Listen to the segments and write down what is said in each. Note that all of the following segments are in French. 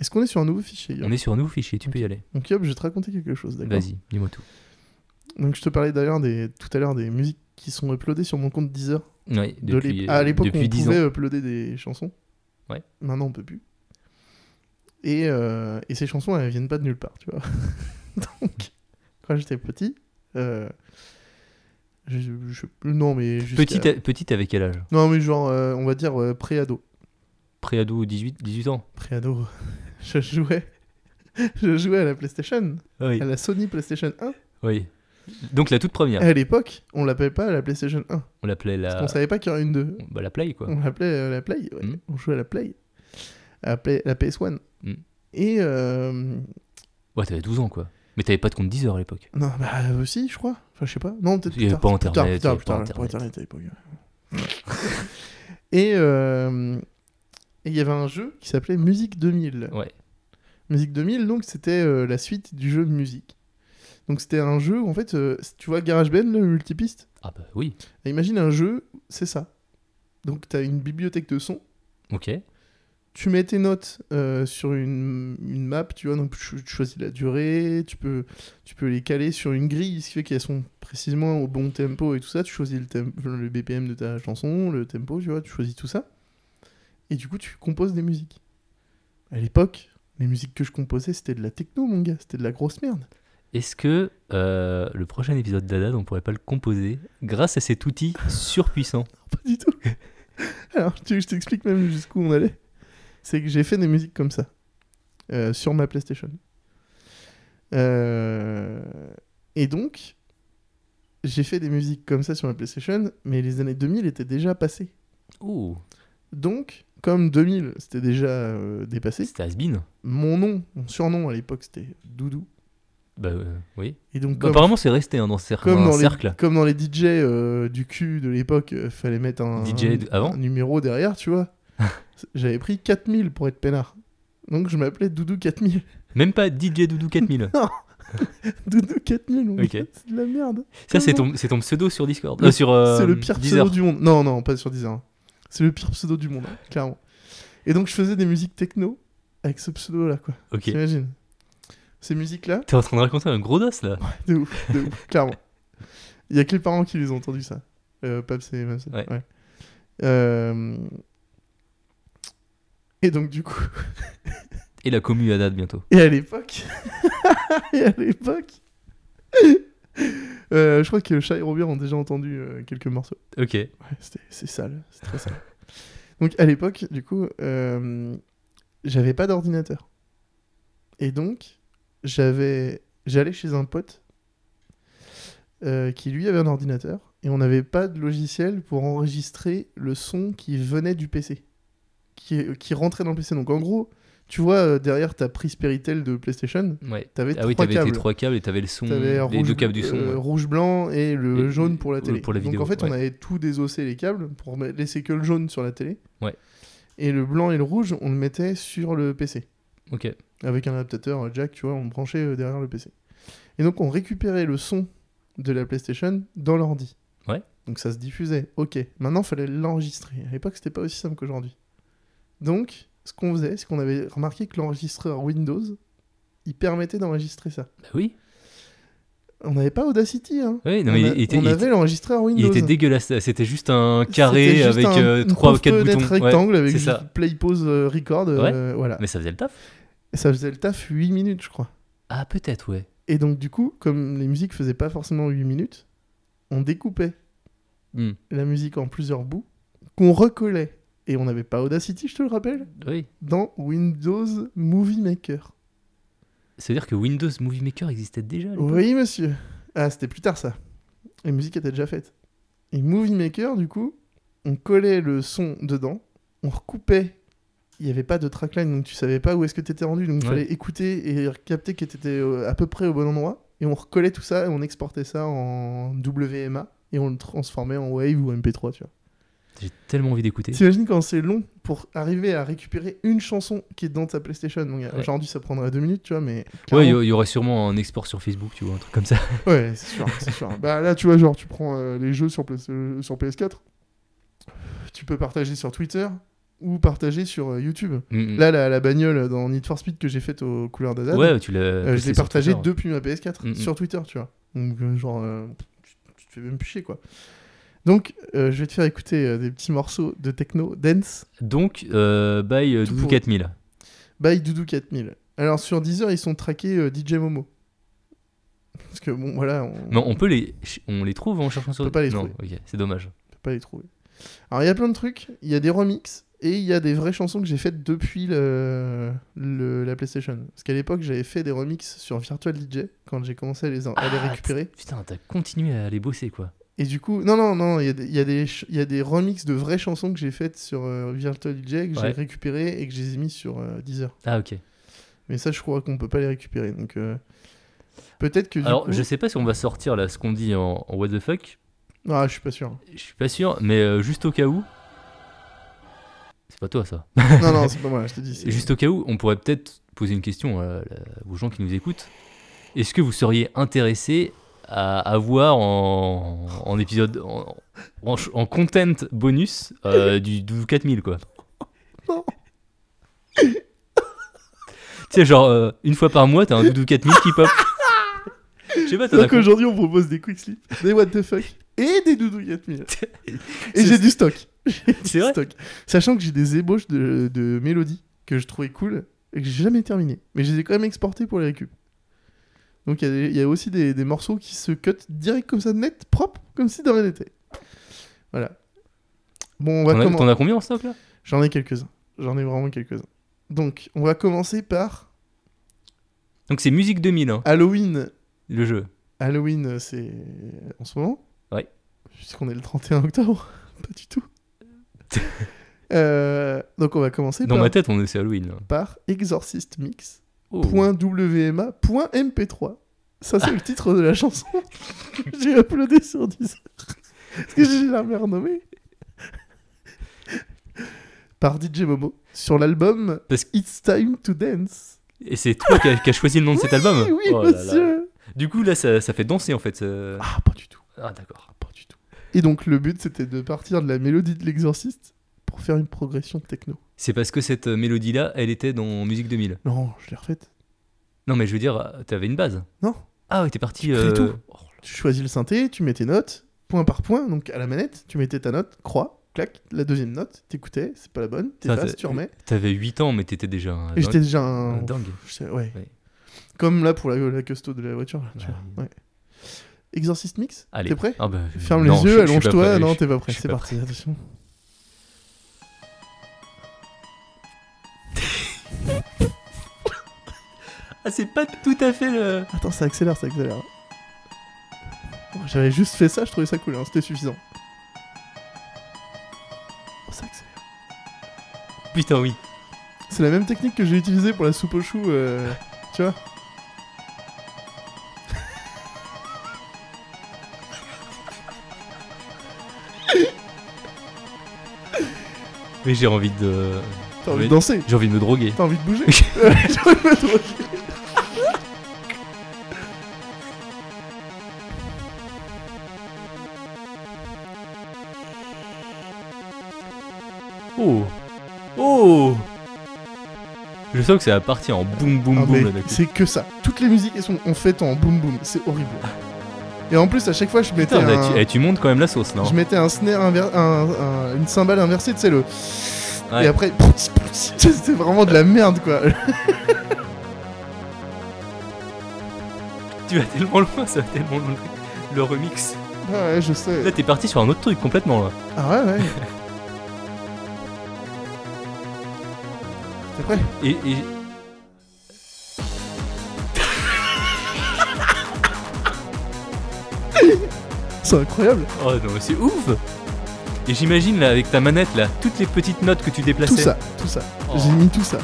Est-ce qu'on est sur un nouveau fichier Guillaume On est sur un nouveau fichier, tu peux y aller. Donc Guillaume, je vais te raconter quelque chose, d'accord Vas-y, dis-moi tout. Donc je te parlais d'ailleurs des, tout à l'heure des musiques qui sont uploadées sur mon compte Deezer. Ouais, De depuis, l'ép- euh, à l'époque, on depuis 10 pouvait ans. uploader des chansons. Ouais. Maintenant, on peut plus. Et, euh, et ces chansons, elles viennent pas de nulle part, tu vois. Donc, quand j'étais petit, euh, je, je- non mais jusqu'à- Petite, à- petite avec quel âge non mais genre, euh, on va dire euh, pré-ado. Pré-ado, 18, 18 ans Pré-ado. je jouais, je jouais à la PlayStation, Oui. à la Sony PlayStation 1. oui. Donc la toute première, À l'époque, on l'appelait pas la PlayStation 1. on l'appelait Parce la... qu'on savait pas qu'il y aurait une 2. bah, la Play, quoi. On l'appelait euh, la Play, ouais. Mm. on jouait à la Play, à la, Play- la PS1. Mm. Et euh, Ouais, t'avais 12 ans, quoi. Mais t'avais pas de compte 10 heures à l'époque. non, bah aussi, je crois. Enfin, je sais pas. Non, peut-être Il y plus avait tard. plus pas tard, plus Internet, tard, il y plus tard, avait pas pas Internet à l'époque. et euh, et il y avait un jeu qui s'appelait Musique 2000. Ouais. Musique 2000, donc c'était euh, la suite du jeu Musique. Donc c'était un jeu où en fait, euh, tu vois GarageBand, le multipiste Ah bah oui, Et Imagine un jeu, c'est ça. Donc tu as une bibliothèque de sons, ok. tu mets tes notes euh, sur une, une map, tu vois, donc tu, tu choisis la durée, tu peux, tu peux les caler sur une grille, ce qui fait qu'elles sont précisément au bon tempo et tout ça, tu choisis le, tem- le BPM de ta chanson, le tempo, tu vois, tu choisis tout ça. Et du coup, tu composes des musiques. À l'époque, les musiques que je composais, c'était de la techno, mon gars, c'était de la grosse merde. Est-ce que euh, le prochain épisode d'Adad, on pourrait pas le composer grâce à cet outil surpuissant Pas du tout. Alors, tu veux que je t'explique même jusqu'où on allait C'est que j'ai fait des musiques comme ça. euh, sur ma PlayStation. Euh, Et donc, j'ai fait des musiques comme ça sur ma PlayStation, mais les années 2000 étaient déjà passées. Oh, Donc, comme 2000 c'était déjà euh, dépassé, c'était Asbin mon nom, mon surnom à l'époque, c'était Doudou. Bah euh, oui. Et donc, Bah, comme, apparemment, c'est resté hein, dans ce cer- comme dans un dans les, cercle. comme dans les DJ euh, du cul de l'époque, euh, fallait mettre un, DJ de- avant un numéro derrière, tu vois. J'avais pris 4000 pour être peinard. Donc je m'appelais Doudou 4000. Même pas DJ Doudou 4000. Doudou 4000, mon Ok. gars, c'est de la merde. Ça, c'est Comment ton, c'est ton pseudo sur Discord. Le- Euh, sur, euh, c'est le pire Deezer. pseudo du monde. Non, non, pas sur Deezer. hein. C'est le pire pseudo du monde, hein, clairement. Et donc je faisais des musiques techno avec ce pseudo-là, quoi. Ok. T'imagines Ces musiques-là, T'es en train de raconter un gros dos là. de ouf, de ouf, clairement. Il y a que les parents qui les ont entendus, ça. Euh, Paps et ma sœur, Ouais. ouais. Euh, Et donc du coup... Et la commu Adad bientôt. Et à l'époque, et à l'époque, Euh, je crois que Chat et Robert ont déjà entendu euh, quelques morceaux. Ok. Ouais, c'était- c'est sale, c'est très sale. Donc à l'époque, du coup, euh, j'avais pas d'ordinateur. Et donc, j'avais, j'allais chez un pote euh, qui lui avait un ordinateur et on n'avait pas de logiciel pour enregistrer le son qui venait du PC, qui, qui rentrait dans le PC. Donc en gros, tu vois euh, derrière ta prise Péritel de PlayStation, Ouais. t'avais Ah oui, trois t'avais tes câbles. trois câbles et t'avais le son. T'avais Les rouge, deux câbles du son. euh, ouais. rouge, blanc et le Et- jaune pour la euh, télé. pour la vidéo, Donc en fait, on ouais. avait tout désossé les câbles pour me- laisser que le jaune sur la télé. Ouais. Et le blanc et le rouge, on le mettait sur le PC. Ok. Avec un adaptateur euh, jack, tu vois, on le branchait euh, derrière le PC. Et donc on récupérait le son de la PlayStation dans l'ordi. Ouais. Donc ça se diffusait. Ok. Maintenant, fallait l'enregistrer. À l'époque, c'était pas aussi simple qu'aujourd'hui. Donc, ce qu'on faisait, c'est qu'on avait remarqué que l'enregistreur Windows, il permettait d'enregistrer ça. Bah oui. On n'avait pas Audacity, hein. Oui, non, On mais a- il était, on il avait était- l'enregistreur il Windows. était dégueulasse. Ah, C'était juste un carré C'était juste avec un- euh, une trois ou courbe quatre fenêtre boutons. Ouais, rectangle avec c'est juste ça. play, pause, euh, record. euh, voilà. Mais ça faisait le taf. Et ça faisait le taf 8 minutes, je crois. Ah peut-être ouais. Et donc, du coup, comme les musiques faisaient pas forcément 8 minutes, on découpait Hmm. la musique en plusieurs bouts qu'on recollait. Et on n'avait pas Audacity, je te le rappelle, Oui. dans Windows Movie Maker. Ça veut dire que Windows Movie Maker existait déjà. à l'époque Oui, monsieur. Ah, c'était plus tard ça. La musique était déjà faite. Et Movie Maker, du coup, on collait le son dedans, on recoupait. Il n'y avait pas de trackline, donc tu savais pas où est-ce que tu étais rendu. Donc il Ouais. fallait écouter et capter que tu étais à peu près au bon endroit. Et on recollait tout ça et on exportait ça en WMA et on le transformait en Wave ou MP3, tu vois. J'ai tellement envie d'écouter. T'imagines quand c'est long pour arriver à récupérer une chanson qui est dans ta PlayStation. mon gars. Ouais. Aujourd'hui, ça prendrait deux minutes, tu vois, mais. Ouais, il clairement, y- il y aurait sûrement un export sur Facebook, tu vois, un truc comme ça. Ouais, c'est sûr, c'est sûr. Bah là, tu vois, genre, tu prends euh, les jeux sur, PS... euh, sur PS4, tu peux partager sur Twitter, ou partagé sur euh, YouTube. Mm, mm. Là, la, la bagnole dans Need for Speed que j'ai faite aux couleurs d'Azad, ouais, tu l'as. euh, posté je l'ai sur partagée Twitter. depuis ma PS4 Mm, mm. sur Twitter, tu vois. Donc, euh, genre, euh, tu, tu te fais même plus chier, quoi. Donc, euh, je vais te faire écouter euh, des petits morceaux de techno dance Donc, euh, by euh, Tout 12 pour- 4000. by Doudou4000. Alors, sur Deezer, ils sont traqués euh, DJ Momo. Parce que, bon, voilà, on Mais on peut les, on les trouve en cherchant sur. peut pas les non, ok, c'est dommage. peut pas les trouver. Alors, il y a plein de trucs. Il y a des remixes et il y a des vraies chansons que j'ai faites depuis le, le- la PlayStation. Parce qu'à l'époque, j'avais fait des remixes sur Virtual DJ quand j'ai commencé à les, en- à les Ah, récupérer. Putain, t'as continué à aller bosser quoi. Et du coup, non, non, non, il y, a des- il y, a des ch- il y a des remixes de vraies chansons que j'ai faites sur euh, Virtual DJ, que Ouais. j'ai récupérées et que je les ai mis sur euh, Deezer. Ah ok. Mais ça, je crois qu'on peut pas les récupérer. Donc, euh, peut-être que du Alors coup- je sais pas si on va sortir là ce qu'on dit en, en what the fuck. Ah, je suis pas sûr. Je suis pas sûr, mais euh, juste au cas où. C'est pas toi ça. non, non, c'est pas moi, je te dis. c'est- Juste au cas où, on pourrait peut-être poser une question euh, là, aux gens qui nous écoutent. Est-ce que vous seriez intéressé à avoir en, en épisode en, en ch- en content bonus euh, du 12 4000 quoi Non. Tu sais, genre, euh, une fois par mois, t'as un doudou 4000 qui pop. Je sais pas, t'en as Donc combien aujourd'hui, on propose des quick slips, des what the fuck et des doudous 4000. et C'est- j'ai du stock. J'ai du C'est vrai stock. Sachant que j'ai des ébauches de, de mélodies que je trouvais cool et que j'ai jamais terminé. Mais je les ai quand même exportées pour les récup. Donc il y a des- il y, a aussi des, des morceaux qui se cut direct comme ça, net, propre, comme si de rien n'était. Voilà. Bon, on va T'en as- commencer. T'en as combien en stock là J'en ai quelques-uns. J'en ai vraiment quelques-uns. Donc, on va commencer par Donc c'est Musique 2000, hein, Halloween le jeu. Halloween, euh, c'est en ce moment Ouais. Puisqu'on est le 31 octobre Pas du tout. Euh, donc on va commencer Dans par, ma tête, on est c'est Halloween. là. par exorcistmix.wma.mp3. Oh. Ça, c'est le titre de la chanson. j'ai uploadé sur Deezer. Parce que j'ai la renommée. par DJ Momo. Sur l'album Parce que- It's Time to Dance. Eh Et c'est toi qui as, qui as choisi le nom de cet album Oui, oui, Oh là là. monsieur. Du coup, là, ça, ça fait danser en fait. ça- Ah, pas du tout. Ah, d'accord. Pas du tout. Et donc le but c'était de partir de la mélodie de l'exorciste pour faire une progression techno. C'est parce que cette euh, mélodie-là, elle était dans Musique 2000. Non, je l'ai refaite. Non, mais je veux dire, euh, t'avais une base. Non. Ah ouais, t'es parti. Tu crées euh, tout. oh là. Tu choisis le synthé, tu mets tes notes, point par point, donc à la manette, tu mettais ta note, croix, clac, la deuxième note, t'écoutais, c'est pas la bonne, Ça, c'est- t'effaces, tu remets. T'avais 8 ans, mais t'étais déjà un, Et j'étais dingue- déjà un un... dingue. je sais- ouais. Ouais. Comme là pour la, la custo de la voiture. là, tu Ouais. vois. Ouais. Exorcist Mix, Allez. t'es prêt Ah bah, je- Ferme non, les yeux, je- je suis pas allonge-toi, prêt, non je- t'es pas prêt, je suis c'est pas parti, attention. Ah, c'est pas tout à fait le. Attends, ça accélère, ça accélère. Oh, J'avais juste fait ça, je trouvais ça cool, hein, c'était suffisant. Oh, ça accélère. Putain, oui. C'est la même technique que j'ai utilisée pour la soupe aux choux, euh, tu vois Mais j'ai envie de. T'as envie de danser, J'ai envie de me droguer. t'as envie de bouger. Euh, j'ai envie de me droguer. Oh Oh Je sens que ça va partir en boum boum Ah, boum mais là d'un coup. c'est que ça. Toutes les musiques elles sont en fait en boom boom, c'est horrible. Et en plus, à chaque fois, je mettais, Putain, bah, un... tu, eh, tu montes quand même la sauce là. hein. je mettais un snare, inver- un- un- une cymbale inversée, tu sais, le. Ouais. Et après, c'était vraiment de la merde quoi. Tu vas tellement loin, ça va tellement loin. Le remix. Ah ouais, je sais. Là t'es parti sur un autre truc complètement là. Ah ouais, ouais. T'es prêt Et, et- C'est incroyable. Oh non mais c'est ouf Et j'imagine là avec ta manette là, toutes les petites notes que tu déplaçais. Tout ça, tout ça. Oh, J'ai mis tout ça.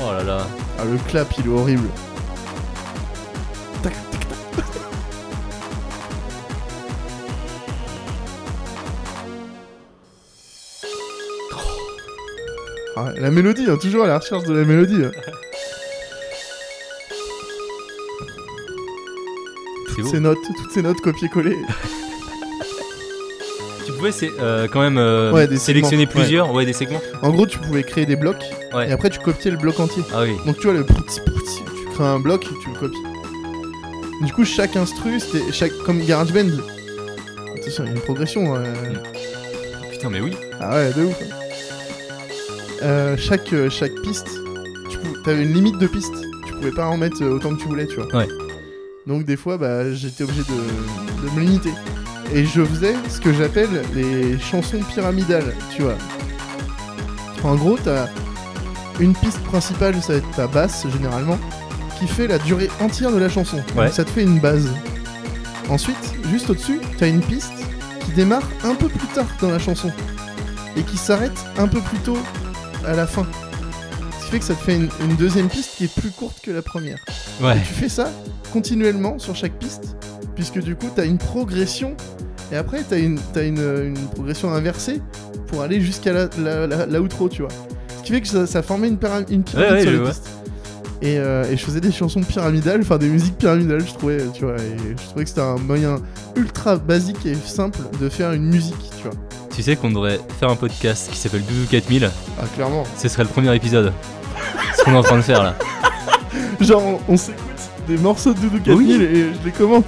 oh là là. Ah, le clap, il est horrible. Tac, tac, tac. Oh. Ah ouais, la mélodie, hein, toujours à la recherche de la mélodie. hein. C'est beau. Ces notes, toutes ces notes copier-coller. Tu pouvais sé- euh, quand même euh, Ouais, des sélectionner segments, ouais. plusieurs, ouais. des segments. En gros, tu pouvais créer des blocs Ouais. et après tu copiais le bloc entier. Ah oui. Donc tu vois le pouti pouti, tu crées un bloc et tu le copies. Du coup, chaque instru, c'était chaque comme GarageBand. Attention, il y a une progression. euh. Putain, mais oui. Ah ouais, de ouf. hein. Euh, chaque euh, chaque piste, tu pou- t'avais une limite de piste. Tu pouvais pas en mettre euh, autant que tu voulais, tu vois. Ouais. Donc des fois, bah, j'étais obligé de, de me limiter. Et je faisais ce que j'appelle les chansons pyramidales, tu vois. En gros, t'as une piste principale, ça va être ta basse généralement, qui fait la durée entière de la chanson. Ouais. Donc ça te fait une base. Ensuite, juste au-dessus, t'as une piste qui démarre un peu plus tard dans la chanson et qui s'arrête un peu plus tôt à la fin. Ce qui fait que ça te fait une, une deuxième piste qui est plus courte que la première. Et Ouais. tu fais ça continuellement sur chaque piste, puisque du coup, t'as une progression, et après, t'as une, t'as une, une progression inversée pour aller jusqu'à la, la, la- la outro, tu vois. Ce qui fait que ça, ça formait une, pyra- une pyramide Ouais, ouais, sur je les vois. pistes. Et, euh, et je faisais des chansons pyramidales, enfin des musiques pyramidales, je trouvais, tu vois. Et je trouvais que c'était un moyen ultra basique et simple de faire une musique, tu vois. Tu sais qu'on devrait faire un podcast qui s'appelle Doudou 4000. Ah, clairement. Ce serait le premier épisode. ce qu'on est en train de faire là. Genre, on, on s'écoute des morceaux de Doudou 4000 et je les commente.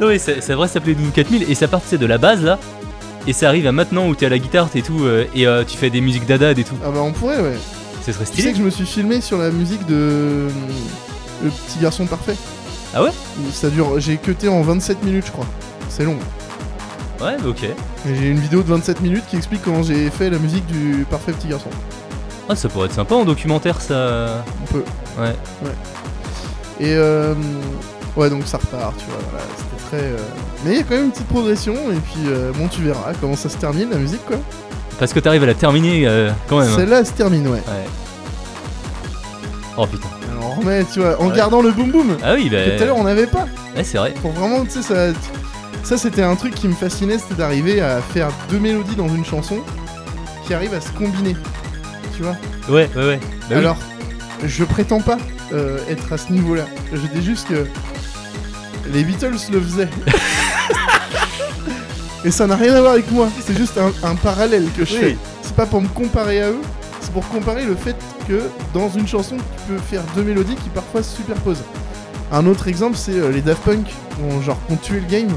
Non mais ça, ça devrait s'appeler Doudou 4000 et ça partait de la base là. Et ça arrive à maintenant où t'es à la guitare, t'es tout, euh, et euh, tu fais des musiques dada et tout. Ah, bah, on pourrait, ouais. Ce serait Tu sais stylé. que je me suis filmé sur la musique de euh, Le petit garçon parfait. Ah ouais Ça dure, j'ai cuté en 27 minutes je crois. C'est long. Ouais, bah, ok. Et J'ai une vidéo de 27 minutes qui explique comment j'ai fait la musique du parfait petit garçon. Ah, ça pourrait être sympa en documentaire ça. On peut. Ouais. Et euh, ouais donc ça repart, tu vois. voilà, C'était très. euh, Mais il y a quand même une petite progression et puis euh, bon tu verras comment ça se termine la musique quoi. Parce que t'arrives à la terminer euh, quand même. Celle-là elle se termine ouais. Ouais. Oh putain. Alors, on remet tu vois en Ouais. gardant le boom boom. Ah oui, bah. Que tout à l'heure on n'avait pas. Ouais, c'est vrai. Pour vraiment, tu sais, ça, ça c'était un truc qui me fascinait, c'était d'arriver à faire deux mélodies dans une chanson qui arrivent à se combiner. Tu vois Ouais, ouais, ouais. Bah oui. Alors, je prétends pas euh, être à ce niveau-là. Je dis juste que les Beatles le faisaient. Et ça n'a rien à voir avec moi, c'est juste un, un parallèle que je Oui. fais. C'est pas pour me comparer à eux, c'est pour comparer le fait que dans une chanson, tu peux faire deux mélodies qui parfois se superposent. Un autre exemple, c'est euh, les Daft Punk, ont, genre, qui ont tué le game,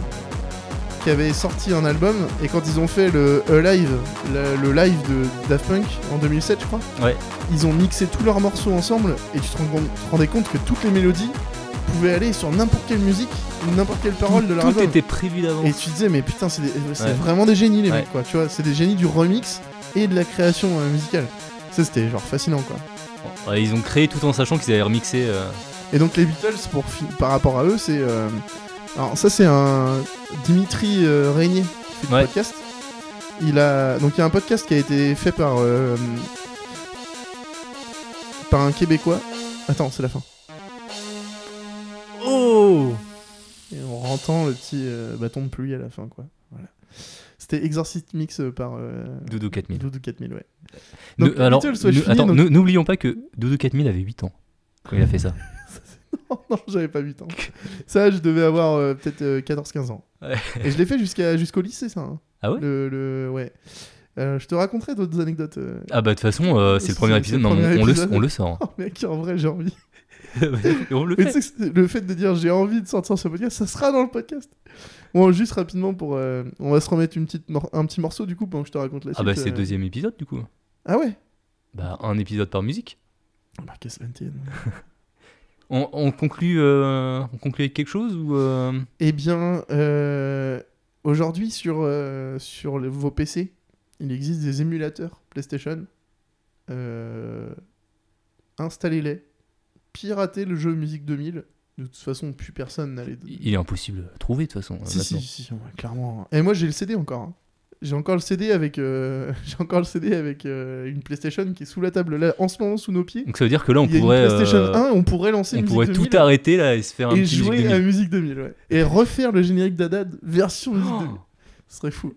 qui avaient sorti un album, et quand ils ont fait le Live, le, le live de Daft Punk en 2007, je crois, Ouais. ils ont mixé tous leurs morceaux ensemble, et tu te, rends compte- te rendais compte que toutes les mélodies pouvaient aller sur n'importe quelle musique, ou n'importe quelle parole de leur tout album. était prévu d'avance. Et tu te disais, mais putain, c'est des- c'est Ouais. vraiment des génies, les Ouais. mecs, quoi. Tu vois, c'est des génies du remix et de la création euh, musicale. Ça, c'était genre fascinant, quoi. Ouais, Oh, ils ont créé tout en sachant qu'ils allaient remixer. euh, Et donc, les Beatles, pour fi- par rapport à eux, c'est. euh, Alors, ça, c'est un. Dimitri euh, Régnier qui fait du Ouais. podcast. Il a. Donc, il y a un podcast qui a été fait par. euh, Par un Québécois. Attends, c'est la fin. Oh Et on entend le petit euh, bâton de pluie à la fin, quoi. Voilà. C'était Exorcist Mix euh, par. euh, Doudou 4000. Doudou 4000, ouais. Ne- Donc, les alors, Beatles, ouais, je ne- finis, attends, donc- ne- n'oublions pas que Doudou 4000 avait 8 ans quand il a fait ça. Oh non, j'avais pas 8 ans. Ça, je devais avoir euh, peut-être euh, 14-15 ans. Ouais. Et je l'ai fait jusqu'à, jusqu'au lycée, ça. hein. Ah ouais le, le- ouais. Euh, je te raconterai d'autres anecdotes. euh. Ah bah de toute façon, euh, c'est le premier C'est- épisode, c'est le non, premier on, on le, épisode. on le sort. Oh mec, en vrai, j'ai envie. on Ah. le Mais fait. tu sais que c'est- le fait de dire j'ai envie de sortir ce podcast, ça sera dans le podcast. Bon, juste rapidement, pour, euh, on va se remettre une petite mor- un petit morceau du coup pendant que je te raconte la Ah suite. bah c'est euh. le deuxième épisode du coup. Ah ouais Bah un épisode par musique. Bah, qu'est-ce que ça tienne On, on conclut, euh, on conclut avec quelque chose ou euh, Eh bien, euh, aujourd'hui sur, euh, sur le- vos PC, il existe des émulateurs PlayStation. Euh, Installez-les. Piratez le jeu Musique 2000. De toute façon, plus personne n'a les deux. il est impossible à trouver de toute façon. euh, Si, maintenant. si, si, ouais, clairement. Et moi, j'ai le CD encore. hein. J'ai encore le CD avec, euh, j'ai encore le CD avec euh, une PlayStation qui est sous la table, là, en ce moment, sous nos pieds. Donc ça veut dire que là on il y a pourrait, une PlayStation euh, 1, on pourrait lancer on Musique pourrait 2000 tout arrêter là et se faire un et petit musique jouer 2000. à Musique 2000. ouais. Et refaire le générique d'Adad version Musique 2000. Oh Ce serait fou.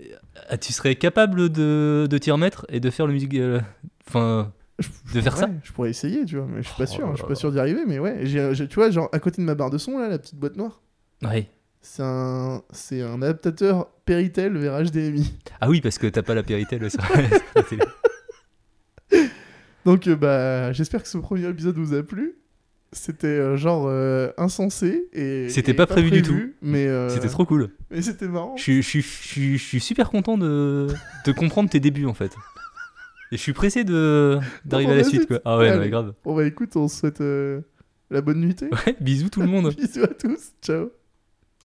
Ah, tu serais capable de, de t'y remettre et de faire le musique. euh, Enfin, Je- de faire ça Ouais, je pourrais essayer, tu vois, mais je suis pas Oh sûr, là hein, je suis là. pas sûr d'y arriver, mais ouais, j'ai, j'ai- tu vois, genre à côté de ma barre de son là, la petite boîte noire, Ouais. c'est un, c'est un adaptateur Péritel vers HDMI. Ah oui, parce que t'as pas la Péritel sur sur la télé. Donc, euh, bah, j'espère que ce premier épisode vous a plu. C'était euh, genre euh, insensé et. C'était et pas prévu du Mais euh, C'était trop cool. Mais c'était marrant. Je suis- je suis- je suis je suis super content de, de comprendre tes débuts en fait. Et je suis pressé de d'arriver à la Bon, suite Oh, bah, vas-y. quoi. Ah ouais, non, Allez. mais grave. Bon bah écoute, on se souhaite euh, la bonne nuitée. Ouais, bisous tout le monde. Bisous à tous. Ciao.